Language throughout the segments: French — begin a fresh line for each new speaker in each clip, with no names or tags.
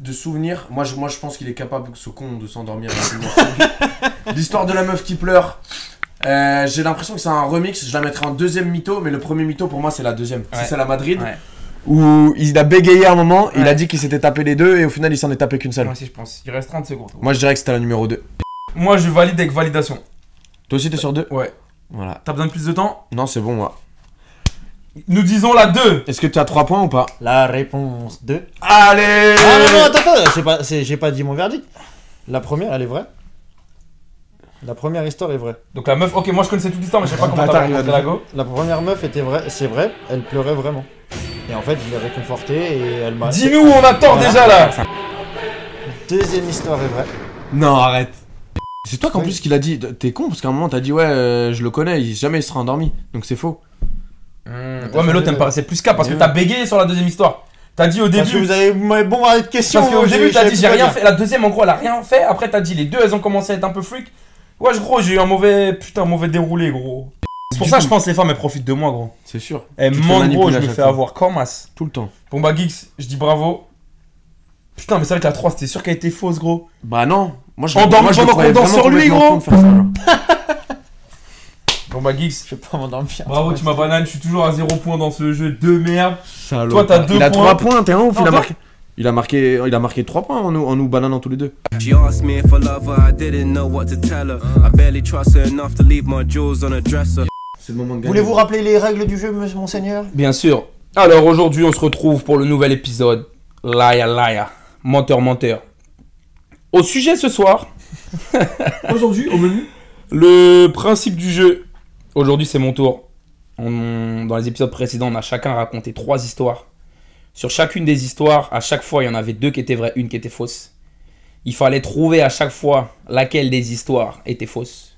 de souvenirs. Moi, je, moi, je pense qu'il est capable, ce con, de s'endormir. rapidement. L'histoire de la meuf qui pleure. Euh, j'ai l'impression que c'est un remix. Je la mettrai en deuxième mytho, mais le premier mytho pour moi c'est la deuxième.
Ouais.
C'est celle à Madrid
Ouais.
où il a bégayé un moment. Il
Ouais.
a dit qu'il s'était tapé les deux et au final il s'en est tapé qu'une seule.
Moi aussi, je pense. Il reste 30 secondes.
Moi je dirais que c'était la numéro 2.
Moi, je valide avec validation.
Toi aussi t'es sur deux
Ouais.
Voilà.
T'as besoin de plus de temps
Non, c'est bon moi.
Nous disons la 2.
Est-ce que tu as 3 points ou pas
La réponse 2.
Allez
Euh,
Ah non, non, attends, attends, c'est pas- c'est- j'ai pas dit mon verdict. La première, elle est vraie. La première histoire est vraie.
Donc la meuf, ok, moi je connaissais toute l'histoire, mais je sais pas comment
Bâtard,
t'as
il a
raconté la go.
La première meuf était vraie, c'est vrai, elle pleurait vraiment. Et en fait, je l'ai réconfortée et elle m'a.
Dis-nous où on a tort
Voilà.
déjà là
Deuxième histoire est vraie.
Non, arrête. C'est toi qu'en
Oui.
plus qu'il a dit. T'es con parce qu'à un moment t'as dit ouais, euh, je le connais, il, jamais il sera endormi. Donc c'est faux.
Hmm, Ouais, mais l'autre, elle me paraissait plus cap parce que t'as bégayé sur la deuxième histoire. T'as dit au
Parce que
début.
vous avez vous m'avez bombardé de questions.
Parce qu'au
j'ai-
début, t'as
j'avais
dit
plus
j'ai
quoi
rien
dire.
fait. La deuxième, en gros, elle a rien fait. Après, t'as dit les deux, elles ont commencé à être un peu freak. Ouais, je- gros, j'ai eu un mauvais. Putain, un mauvais déroulé, gros. C'est pour
Du
ça,
coup-
je pense les femmes, elles profitent de moi, gros.
C'est sûr.
Elles
Tu te fais
mentent, gros,
manipuler
je
à
me
chaque
fais
fois.
avoir comme as.
Tout le temps.
Bon, bah, Geeks, je dis bravo. Putain, mais c'est vrai que la 3, c'était sûr qu'elle était fausse, gros.
Bah non. Moi je
On
le-
dort
moi, je le
pendant
croyais
qu'on dort
vraiment
sur lui,
complètement
gros.
con de faire ça, genre.
Bon, bah, Geeks,
Je vais pas m'endormir.
bravo, tu m'as banane. Je suis toujours à 0 point dans ce jeu de merde.
Salope.
Toi, t'as deux
Il a
points.
3 points, t'es un ouf,
Non,
il a
toi-
marqué. Il a marqué, il a marqué 3 points en nous, en nous bananant tous les deux.
She asked me if I love her, I didn't know what to tell her. I barely trust her enough to leave my jewels on a dresser.
C'est le moment de
Voulez-vous rappeler les règles du jeu, monsieur- monseigneur
Bien sûr. Alors aujourd'hui, on se retrouve pour le nouvel épisode Laia Laia, menteur menteur. Au sujet ce soir,
Aujourd'hui, au menu
le principe du jeu. Aujourd'hui, c'est mon tour. On- dans les épisodes précédents, on a chacun raconté trois histoires. Sur chacune des histoires, à chaque fois, il y en avait deux qui étaient vraies, une qui était fausse. Il fallait trouver à chaque fois laquelle des histoires était fausse.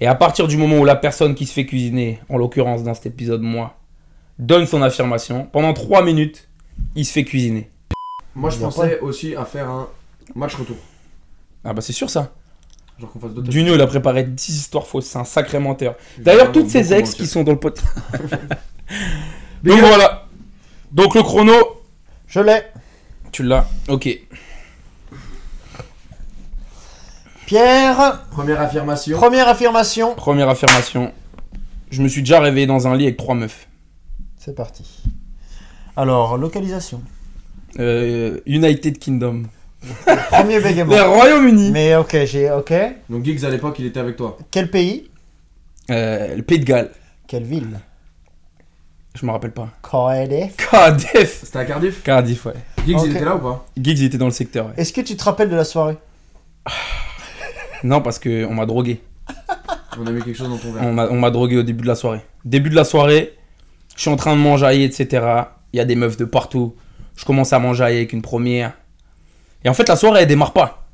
Et à partir du moment où la personne qui se fait cuisiner, en l'occurrence dans cet épisode, moi, donne son affirmation, pendant trois minutes, il se fait cuisiner.
Moi, je
Il y a
pensais aussi à faire un match retour.
Ah bah c'est sûr ça.
Genre qu'on fasse deux tests.
Duno, il a préparé 10 histoires fausses, c'est un sacré menteur. D'ailleurs, toutes ces
Beaucoup
ex
mentir.
qui sont dans le pot.
Les
Donc
gars.
voilà. Donc le chrono,
Je l'ai.
tu l'as. Ok.
Pierre,
Première affirmation.
première affirmation.
Première affirmation. Je me suis déjà réveillé dans un lit avec trois meufs.
C'est parti. Alors, localisation.
Euh, United Kingdom.
Premier bégaiement.
Le Royaume-Uni.
Mais ok, j'ai ok.
Donc, Giggs à l'époque, il était avec toi.
Quel pays
Euh, le Pays de Galles.
Quelle ville
Je me rappelle pas.
Cardiff.
Cardiff.
C'était à Cardiff
Cardiff, ouais.
Giggs,
Ok.
il était là ou pas
Giggs, il était dans le secteur. ouais.
Est-ce que tu te rappelles de la soirée
Non, parce que on m'a drogué.
On a mis quelque chose dans ton verre.
On m'a on m'a drogué au début de la soirée. Début de la soirée, je suis en train de m'enjailler, etc. Il y a des meufs de partout. Je commence à m'enjailler avec une première. Et en fait, la soirée, elle démarre pas.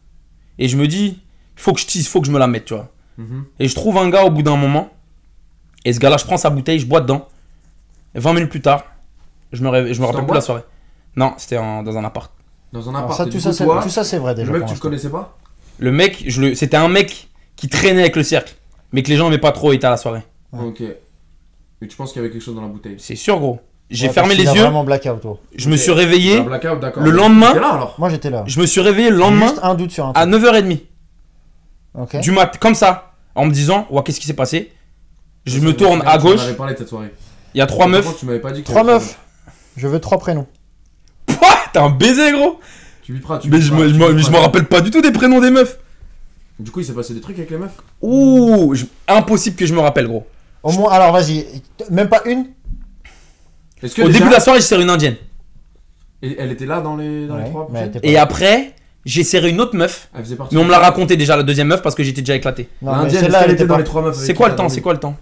Et je me dis, faut que je tease, faut que je me la mette, tu vois.
Mhm.
Et je trouve un gars au bout d'un moment. Et ce gars-là, je prends sa bouteille, je bois dedans. Et 20 minutes plus tard, je me, réveille- je
C'était
me
en
rappelle plus de la
boîte
soirée. Non, c'était en- dans un appart.
Dans un
Alors
appart.
ça,
et
tout
du
ça,
coup,
c'est-
toi,
tout ça, c'est vrai déjà.
Le mec,
pour
tu le connaissais
l'instant.
pas
Le mec, je le- c'était un mec qui traînait avec le cercle. Mais que les gens n'aimaient pas trop, il était à la soirée.
Ouais.
Ok. Mais tu penses qu'il y avait quelque chose dans la bouteille
C'est sûr, gros. J'ai
Ouais,
fermé
parce
les
qu'il a
yeux,
vraiment blackout. toi.
je me
Ok.
suis réveillé.
Un blackout, d'accord.
Le
Mais
lendemain-
t'es là alors
Moi j'étais là.
Je me suis réveillé le lendemain
Juste un doute sur un
à
truc.
9h30
Ah,
Ok.
du mat, comme ça, en me disant, ouah, qu'est-ce qui s'est passé Je me tourne
Tu
à
m'en
gauche,
avais parlé de cette soirée.
il y a trois
Pourquoi
meufs.
Tu m'avais pas dit que
Trois
t'avais-
meufs. Je veux trois prénoms.
T'es un baiser, gros
Tu viperas, tu
Mais je
viperas,
me- je
tu
me je
viperas.
me rappelle pas du tout des prénoms des meufs.
Du coup, il s'est passé des trucs avec les meufs
Ouh, je- impossible que je me rappelle, gros.
Au moins, alors vas-y. Même pas une
Est-ce que
Au
déjà-
début de la soirée, j'ai serré une indienne.
Et elle était là dans les, dans
Ouais,
les trois
mais elle
prochaines
était
Et après, j'ai serré une autre meuf.
Elle faisait partie.
Mais on me l'a raconté déjà, la deuxième meuf, parce que j'étais déjà éclaté.
Non, mais
L'Indienne, est-ce
celle-là,
qu'elle
elle
était
était
dans les
pas.
trois meufs avec
C'est
qui
quoi
t'as
le temps
dormi
C'est quoi le temps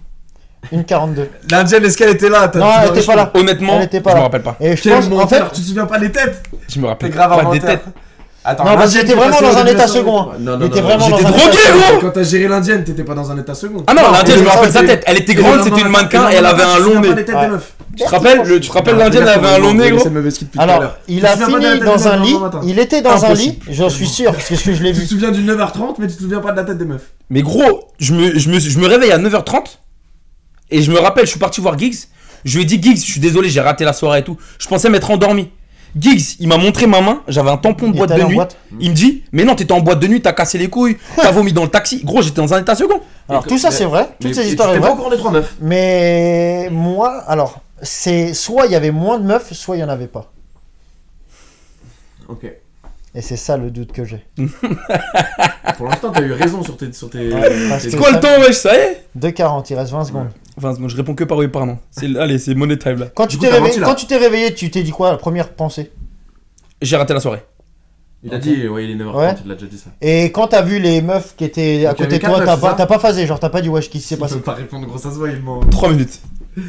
Une 42.
L'Indienne, est-ce qu'elle était là T'as-
Non,
tu
elle
dois-
était pas là.
Honnêtement,
Elle
je
était pas
me
là.
rappelle pas.
Et je
Quel
pense, en fait,
menteur, tu te souviens pas des têtes
Je me rappelle
T'es grave
pas
un
des
menteur.
têtes.
Attends,
Non, parce
l'Indienne,
qu'il était
t'es
vraiment
passé
dans
au
un
début de
état
la soirée.
second, hein.
Non, non,
Il
non,
était
non,
vraiment
j'étais
dans un
drogué,
état
gros.
second.
Quand t'as géré l'Indienne, t'étais pas dans un état second
Ah non, l'Indienne, je me
mais
rappelle
ça,
sa
c'est-
tête. Elle était grande, c'était une mannequin et elle avait un long nez.
Tu
Ouais.
Tu te rappelles, le- tu te rappelles l'Indienne, elle avait un long nez, gros
Alors, il a fini dans un lit. Il était dans un lit.
Impossible.
J'en suis sûr parce que ce que je l'ai
Tu te
vu.
souviens du 9h30, mais tu te souviens pas de la tête des meufs.
Mais gros, je me, je, me, je me réveille à 9h30 et je me rappelle, je suis parti voir Giggs. Je lui ai dit, Giggs, je suis désolé, j'ai raté la soirée et tout. Je pensais m'être endormi. Giggs, il m'a montré ma main, j'avais un tampon de
Et
boîte
t'allais
de
en
nuit.
boîte
Il me dit, mais non, t'étais en boîte de nuit, t'as cassé les couilles, t'as vomi dans le taxi. Gros, j'étais dans un état second.
Alors tout ça c'est vrai, toutes ces histoires
T'es
sont
pas au
vraies.
courant des 3-9.
Mais moi, alors, c'est soit il y avait moins de meufs, soit il y en avait pas.
Ok.
Et c'est ça le doute que j'ai.
Pour l'instant, t'as eu raison sur tes. Sur tes...
Ouais, parce
tes-
C'est
C'est
quoi
ça.
le temps, wesh, ça y est
2,40, il reste 20 secondes.
Enfin, bon, je réponds que par oui, par non. C'est- Allez, c'est money time là.
Quand
Du
tu
coup,
t'es
t'as
réveillé,
menti, là.
quand tu t'es réveillé, tu t'es dit quoi la première pensée
J'ai raté la soirée.
Il a dit, ouais, il est 9h30,
Ouais.
il l'a déjà dit ça.
Et quand t'as vu les meufs qui étaient à
Donc, il y
côté
avait
de toi,
quatre
t'as
meufs, c'est
pas,
ça
t'as pas phasé, genre t'as pas dit ouais, qu'est-ce qui s'est
Il
passé
peut pas répondre, gros, ça se voit, il ment.
3 minutes.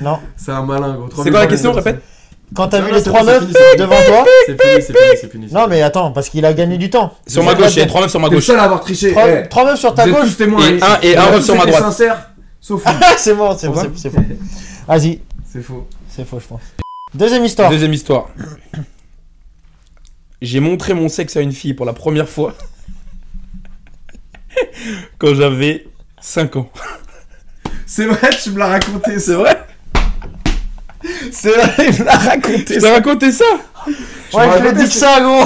Non.
C'est un malin, gros. Trois
C'est quoi la
minutes,
question,
trois minutes,
répète
Quand t'as
Non,
vu
non,
les
c'est
trois
bon, c'est
meufs
fini, c'est fini.
devant toi
C'est fini, c'est fini, c'est fini. c'est
Non
fini.
mais attends, parce qu'il a gagné du temps.
Sur ma gauche, il y a 3 meufs sur ma
T'es le
gauche.
seul à avoir triché.
Trois,
eh.
trois meufs sur
Vous
ta
êtes
gauche.
tous témoins,
et
eh.
un- et
On
un
a
ref
tous
sur ma
été
droite.
sincères, sauf vous.
c'est bon, c'est
On
bon,
va
c'est- c'est bon. Vas-y,
C'est faux.
c'est faux, je pense. Deuxième histoire.
Deuxième histoire. J'ai montré mon sexe à une fille pour la première fois quand j'avais 5 ans.
C'est vrai, tu me l'as raconté, c'est vrai.
vrai C'est vrai, il me l'a raconté. Tu raconté ça
Ouais,
me
je l'ai
rappelle,
dit que ça, gros.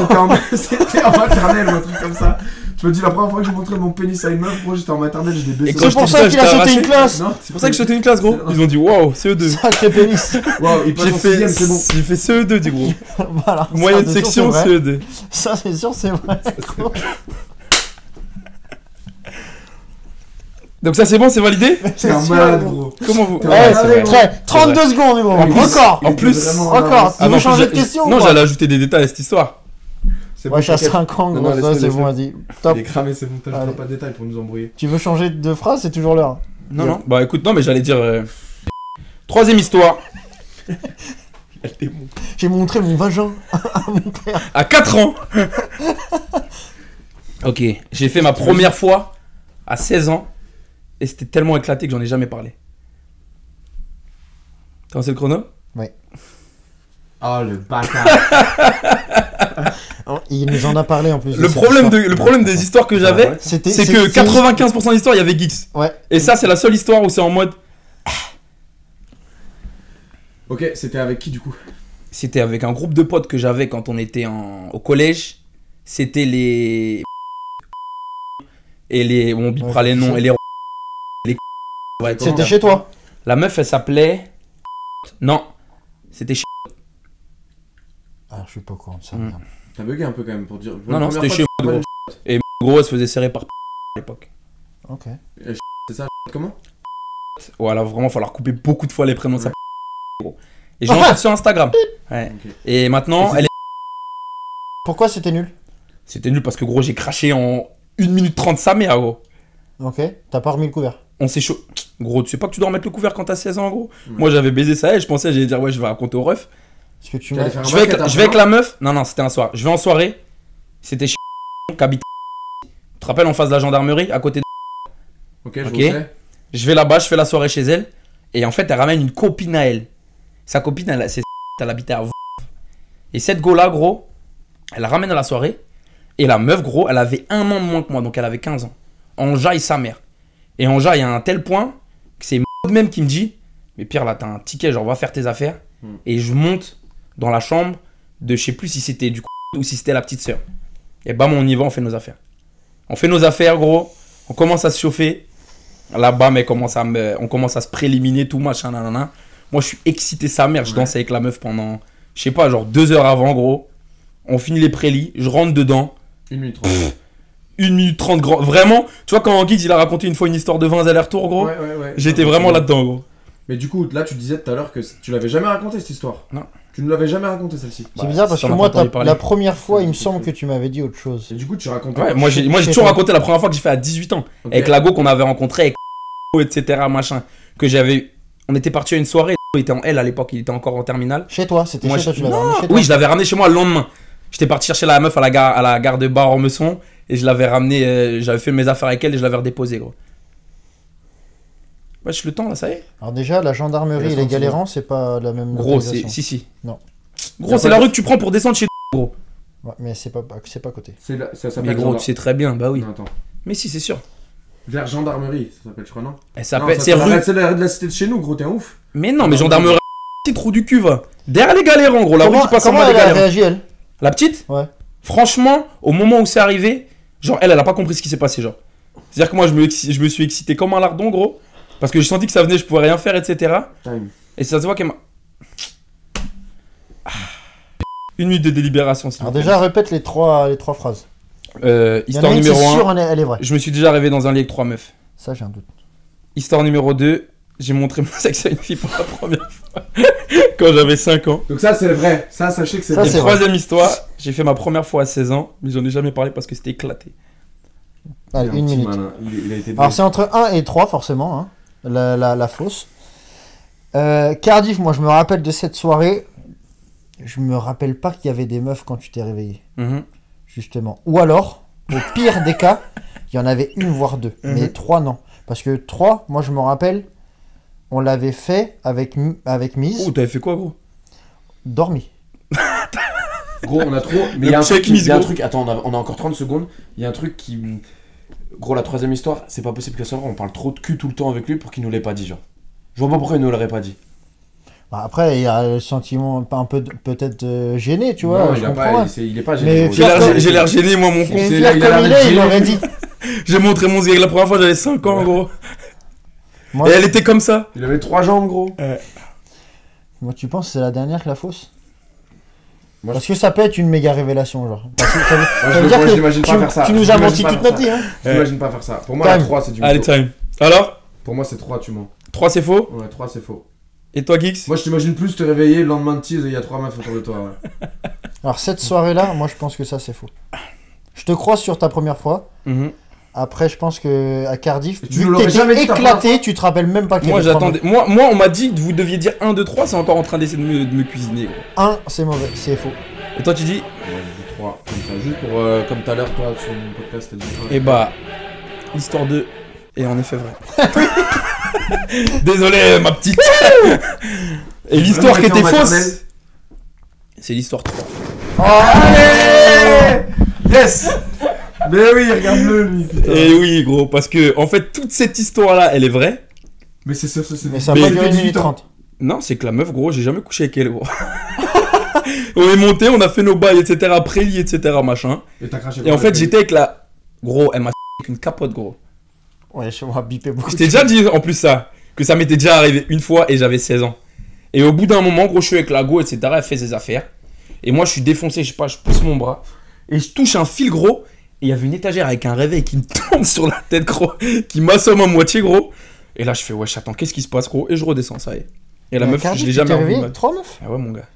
C'était en, c'était en maternelle ou un truc comme ça. Je me dis, la première fois que j'ai montré mon pénis à une meuf, gros, j'étais en maternelle, je l'ai baissé.
Et quand
C'est
je
pour
t'ai
ça
dit,
qu'il
je
a
t'ai
sauté
arraché.
une classe.
C'est pour ça que je sautais une classe, gros. Ils ont dit waouh, CE2.
Sacré pénis.
Waouh, il passe
J'ai
en
fait,
sixième, c'est bon.
j'ai fait CE2, dis gros.
Voilà, ça,
Moyenne
c'est
section,
sûr,
E
c'est vrai.
CE2.
Ça, c'est sûr, c'est vrai. gros.
Donc ça, c'est bon, c'est validé
T'es un
C'est
malade,
sûr, gros.
gros.
Comment vous
T'es un
Ouais,
malade,
c'est
gros.
vrai.
Très, 32 secondes, gros.
En plus-
Encore.
En plus,
Il était vraiment
encore.
malade.
Ah
Tu
non,
veux changer de
j'ai-
question ou
Non,
pas
j'allais ajouter des détails à cette histoire.
C'est bon,
Ouais, je suis à
t'inquiète.
5 ans,
Non,
gros,
non,
ça
laisse-le,
c'est bon,
laisse-le.
vas-y. Top.
Il est cramé, c'est bon, t'as
Allez.
pas de détails pour nous embrouiller.
Tu veux changer de phrase, c'est toujours l'heure.
Non, non. Bah écoute, non, mais j'allais dire. euh, Troisième histoire.
J'ai montré mon vagin à mon père.
À 4 ans. ok, j'ai fait ma première fois à 16 ans. Et c'était tellement éclaté que j'en ai jamais parlé. T'as lancé le chrono
Oh, le bâtard.
Il nous en a parlé en plus.
le problème, de- le problème des histoires que j'avais,
C'était.
c'est
c'est-
que
c'est-
95% de l'histoire, il y avait Geeks.
Ah Ouais.
Et ça, c'est la seule histoire où c'est en mode.
ok, c'était avec qui du coup
C'était avec un groupe de potes que j'avais quand on était en- au collège. C'était les. Et les. On bipera
Ouais,
les noms.
c'est-
Et les. les ouais, comment-
C'était chez toi.
La meuf, elle s'appelait. Non. C'était chez.
Ah, je suis pas au courant de ça.
Mm.
merde.
T'as bugué un peu quand même pour dire.
Non, non,
Première
c'était
fois,
chez.
tu-
Gros. Et gros, elle se faisait serrer par. à l'époque.
Ok.
C'est ça, comment
Ouais, alors vraiment, falloir couper beaucoup de fois les prénoms de sa.
Ouais.
gros. Et j'ai rencontré sur Instagram. Ouais.
Ok.
Et maintenant, elle est.
Pourquoi c'était nul
C'était nul parce que gros, j'ai craché en 1 minute 30 sa mère, gros.
Ok. T'as pas remis le couvert.
On s'est chaud. Gros, tu sais pas que tu dois remettre le couvert quand t'as 16 ans, gros
Ouais.
Moi, j'avais baisé ça et je pensais, j'allais dire, ouais, je vais raconter au ref.
Parce que tu
T'es allé
m'as.
faire un
Je vais,
basket
avec, je vais avec
après,
la meuf. Non, non, c'était un soir. Je vais en soirée. C'était chez qui habite. Tu te rappelles en face de la gendarmerie, à côté de.
non Ok, je
Ok.
vous sais.
Je vais là-bas, je fais la soirée chez elle. Et en fait, elle ramène une copine à elle. Sa copine, elle, c'est elle habitait à Vaux. Et cette go-là, gros, elle la ramène à la soirée. Et la meuf, gros, elle avait un an de moins que moi, donc elle avait 15 ans. En jaille sa mère. Et en jaille à un tel point que c'est de même qui me dit Mais Pierre, là, t'as un ticket, genre, va faire tes affaires.
Hmm.
Et je monte dans la chambre de je sais plus si c'était du coup ou si c'était la petite sœur. Et bam, on y va, on fait nos affaires. On fait nos affaires, gros. On commence à se chauffer. Là-bas, mais commence à me- on commence à se préliminer, tout machin, nanana. Moi, je suis excité, sa mère. Je
Ouais.
danse avec la meuf pendant, je sais pas, genre deux heures avant, gros. On finit les prélis, je rentre dedans.
Une minute trente.
1 minute 30 grand. Vraiment, tu vois, quand Guiz il a raconté une fois une histoire de 20 allers-retours, gros,
Ouais, ouais, ouais.
j'étais
Ouais,
vraiment
c'est bon.
là-dedans, gros.
Mais du coup, là, tu disais tout à l'heure que c- tu l'avais jamais raconté cette histoire.
Non.
Tu ne l'avais jamais raconté celle-ci.
C'est
Bah,
bizarre parce
ça,
que
on a
moi,
pas entendu
t'as-
parler.
la première fois, il me semble que tu m'avais dit autre chose.
Et du coup, tu racontais.
Ouais, moi, j'ai moi, j'ai
Chez
toujours
toi.
raconté la première fois que j'ai fait à 18 ans,
Ok.
avec la go qu'on avait rencontré, avec etc., machin, que j'avais. On était parti à une soirée, il était en L à l'époque, il était encore en terminale.
Chez toi, c'était
Moi,
chez toi,
je-
tu l'avais
Non,
ramené chez toi.
Oui, je l'avais ramené chez moi le lendemain. J'étais parti chercher la meuf à la gare, à la gare de bar en Meusson, et je l'avais ramené, euh, j'avais fait mes affaires avec elle et je l'avais redéposée, gros. Wesh, le temps là, ça y est
Alors déjà, la
Il
gendarmerie et
reste
les
un petit
galérants, c'est pas la même
Gros, c'est.
localisation.
Si, si.
Non.
Y a
Gros, c'est
pas
la
de-
rue que tu prends pour descendre chez gros.
Ouais, mais c'est pas, c'est pas côté.
C'est la- Ça
Mais
s'appelle.
gros,
gendarme-
tu sais très bien, bah oui.
Non, attends.
Mais si, c'est sûr.
Vers gendarmerie, ça s'appelle, je crois, non
Elle
Non,
s'appelle.
ça,
C'est
ça
rue.
s'arrête, C'est la rue de la cité de chez nous, gros, t'es un ouf.
Mais non, mais
Non,
gendarmerie. Petit trou du cul, va. Derrière les galères, en gros. La rue
comment
qui passe en
comment
bas des
elle a
galères.
réagi, elle
La petite
Ouais.
Franchement, au moment où c'est arrivé, genre, elle, elle a pas compris ce qui s'est passé, genre. C'est-à-dire que moi, je me, exci- je me suis excité comme un lardon, gros. Parce que j'ai senti que ça venait, je pouvais rien faire, etc.
Time.
Et ça se voit qu'elle m'a. Ah. Une minute de délibération, s'il
Alors
vous plaît.
déjà, répète les trois, les trois phrases.
Euh,
Il y en a
histoire
une, c'est
numéro 1.
sûr, elle est- elle est vraie.
Je me suis déjà rêvé dans un lit avec trois meufs.
Ça, j'ai un doute.
Histoire numéro 2. J'ai montré mon sexe à une fille pour la première fois quand j'avais 5 ans.
Donc ça c'est vrai, ça sachez que c'est
Ça,
vrai.
Et
c'est vrai.
troisième histoire, j'ai fait ma première fois à 16 ans, mais j'en ai jamais parlé parce que c'était éclaté.
Allez,
Un
une
petit
minute.
malin, Il, il a été doué.
Alors c'est entre 1 et 3 forcément, hein, la, la, la fausse. Euh, Cardiff, moi je me rappelle de cette soirée. Je me rappelle pas qu'il y avait des meufs quand tu t'es réveillé,
Mhm.
justement. Ou alors, au pire des cas, il y en avait une voire deux,
Mhm.
mais trois non. Parce que trois, moi je me rappelle, on l'avait fait avec M- avec mise,
Oh, t'avais fait quoi, gros
dormi.
Gros, on a trop. Mais
Le
il y a un
check
truc.
miss,
Il y a un
gros.
truc. Attends, on a, on a encore 30 secondes. Il y a un truc qui. Gros, la troisième histoire, c'est pas possible que ça On parle trop de cul tout le temps avec lui pour qu'il nous l'ait pas dit, genre. Je vois pas pourquoi il nous l'aurait pas dit.
Bah, après, il y a le sentiment pas un peu de- peut-être euh, gêné, tu vois.
Non,
je
il, a
comprends, hein.
pas,
ouais.
il, s'est- il est pas
Mais
gêné. gros.
J'ai l'air-
Pierre-
j'ai- J'ai l'air gêné, moi, mon con.
Mais
c'est-
fier
il a
comme
l'air
il
d'être
est, il
gêné.
aurait dit.
J'ai montré mon zig la première fois, j'avais 5 ans, gros.
Moi,
Et elle était comme ça.
Il avait trois jambes, gros.
Moi, tu penses que c'est la dernière que la fausse
Moi,
Parce que ça peut être une méga révélation, genre. Parce que ça veut- ça
Moi,
veut
je,
dire
moi,
que
je l'imagine
tu-
pas faire ça.
Tu nous
Je
as
l'imagine
menti
pas
toute
faire
notre
ça.
vie, hein
Je l'imagine pas faire ça. Pour moi,
Time.
la 3, c'est du
Allez,
mytho.
time. Alors
Pour moi, c'est 3, tu mens.
3 c'est faux
Ouais, 3, c'est faux.
Et toi, Geeks
Moi, je t'imagine plus te réveiller le lendemain de tease et il y a 3 meufs autour de toi. ouais.
Alors, cette soirée-là, moi, je pense que ça, c'est faux. Je te crois sur ta première fois.
Mhm.
Après, je pense que à Cardiff,
Et tu
vu
nous
que
l'aurais jamais
t'étais
dit ta première
éclaté, tu te rappelles même pas qu'il y
Moi,
avait trois
j'attendais. Moi, moi, on m'a dit que vous deviez dire 1, 2, 3, c'est encore en train d'essayer de me, de me cuisiner, gros.
meufs. Un, c'est mauvais, c'est faux.
Et toi, tu dis
Moi, je dis 3, comme ça. Juste pour. euh, comme tout à l'heure, toi, sur mon podcast, t'as dit 3.
Eh bah, histoire 2 est en effet vraie. Désolé, ma petite. Et l'histoire qui
Vraiment été
était
en maternelle.
fausse, c'est l'histoire hein. 3.
Allez Yes Mais oui, regarde-le lui, putain.
Et Eh oui, gros, parce que en fait, toute cette histoire-là, elle est vraie.
Mais c'est sûr, ça, c'est
Mais ça
Mais
va pas
c'était
duré une
18
minute
ans.
trente.
Non, c'est que la meuf, gros, j'ai jamais couché avec elle, gros. on est monté, on a fait nos bails, etc., prélis, etc., machin.
Et t'as craché
Et
par
en
la
fait,
télé.
j'étais avec la. Gros, elle m'a avec une capote, gros.
Ouais, je vois biper beaucoup.
Je t'ai déjà dit en plus ça, que ça m'était déjà arrivé une fois et j'avais 16 ans. Et au bout d'un moment, gros, je suis avec la go, etc. Elle fait ses affaires. Et moi, je suis défoncé, je sais pas, je pousse mon bras. Et je touche un fil, gros. Et il y avait une étagère avec un réveil qui me tombe sur la tête, gros. Qui m'assomme à moitié, gros. Et là, je fais, wesh, attends, qu'est-ce qui se passe, gros Et je redescends, ça y est. Et la
Mais à
meuf, je
Cardiff,
l'ai
tu
jamais
t'es
revue.
réveillé Trois meufs
Ah ouais, mon gars.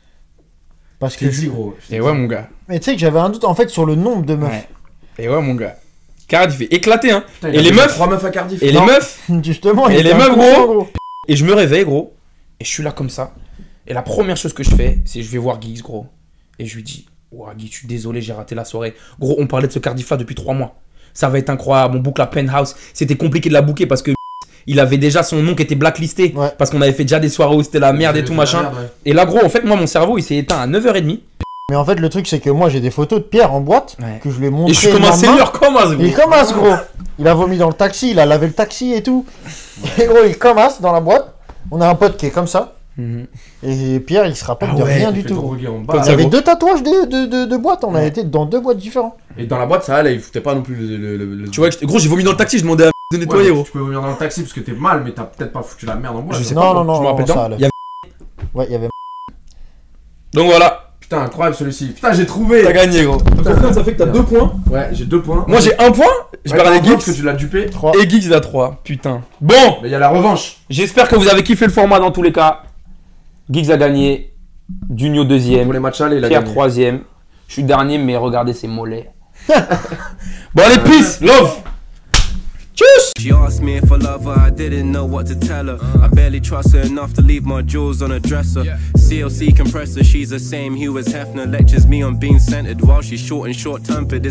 Parce
Je t'ai
que.
dit, gros. Je t'ai
Et
dit.
ouais, mon gars.
Mais tu sais que j'avais un doute en fait sur le nombre de meufs.
Ouais. Et ouais, mon gars. Cardiff il fait éclater, hein.
Putain,
Et
il a
les
fait
meufs
trois meufs à Cardiff.
Et
Non.
les meufs,
Justement,
Et
il
les
était
meufs,
inconscient,
gros Et je me réveille, gros. Et je suis là comme ça. Et la première chose que je fais, c'est je vais voir Geeks, gros. Et je lui dis Ouah, Guy, je suis désolé, j'ai raté la soirée. Gros, on parlait de ce Cardiff-là depuis trois mois. Ça va être incroyable. On boucle la penthouse. C'était compliqué de la bouquer parce que il avait déjà son nom qui était blacklisté.
Ouais.
Parce qu'on avait fait déjà des soirées où c'était la merde et tout machin. Et là, gros, en fait, moi, mon cerveau, il s'est éteint à 9h30.
Mais en fait, le truc, c'est que moi, j'ai des photos de Pierre en boîte
Ouais.
que je lui ai montré.
Et je suis comme un seigneur, comme un gros.
Il commence, gros. Il a vomi dans le taxi, il a lavé le taxi et tout. Et gros, il commence dans la boîte. On a un pote qui est comme ça.
Mhm.
Et Pierre, il se rappelle
Ah
de
ouais,
rien
t'es
du
fait
tout. gros.
droguer en
Comme
bas.
Il y
ça,
avait
gros.
deux tatouages de, de, de- de boîtes. On a été dans deux boîtes différentes.
Et dans la boîte, ça allait, il foutait pas non plus le. le- le- le-
Tu vois, que j'étais- gros, j'ai vomi dans le taxi. Je demandais à de
Ouais, mais
nettoyer, gros.
Tu peux venir dans le taxi parce que t'es mal, mais t'as peut-être pas foutu la merde en boîte.
Je sais
hein.
non,
pas,
non,
gros, je
non,
me rappelle
non,
pas.
ça allait.
Il y avait-
Ouais, il y avait.
Donc voilà,
Putain, incroyable celui-ci. Putain, j'ai trouvé.
t'as gagné, gros.
Putain.
Donc, ça fait que t'as deux points.
Ouais, j'ai deux points.
Moi j'ai un point, je
Ouais,
perds
t'as un
avec
point parce que
Geeks.
tu l'as dupé.
Trois.
Et Geeks à 3, putain. Bon,
Mais il y a la revanche.
j'espère que vous avez kiffé le format dans tous les cas. Geeks a gagné, Dunio
Pour
deuxième,
les matchs allés, il a
Pierre
gagné.
troisième. Je suis dernier, mais regardez ses mollets. bon allez, peace, love
She asked me if I love her, I didn't know what to tell her. I barely trust her enough to leave my jewels on a dresser. CLC compressor, she's the same hue as Hefner. Lectures me on being centered while she's short and short tempered.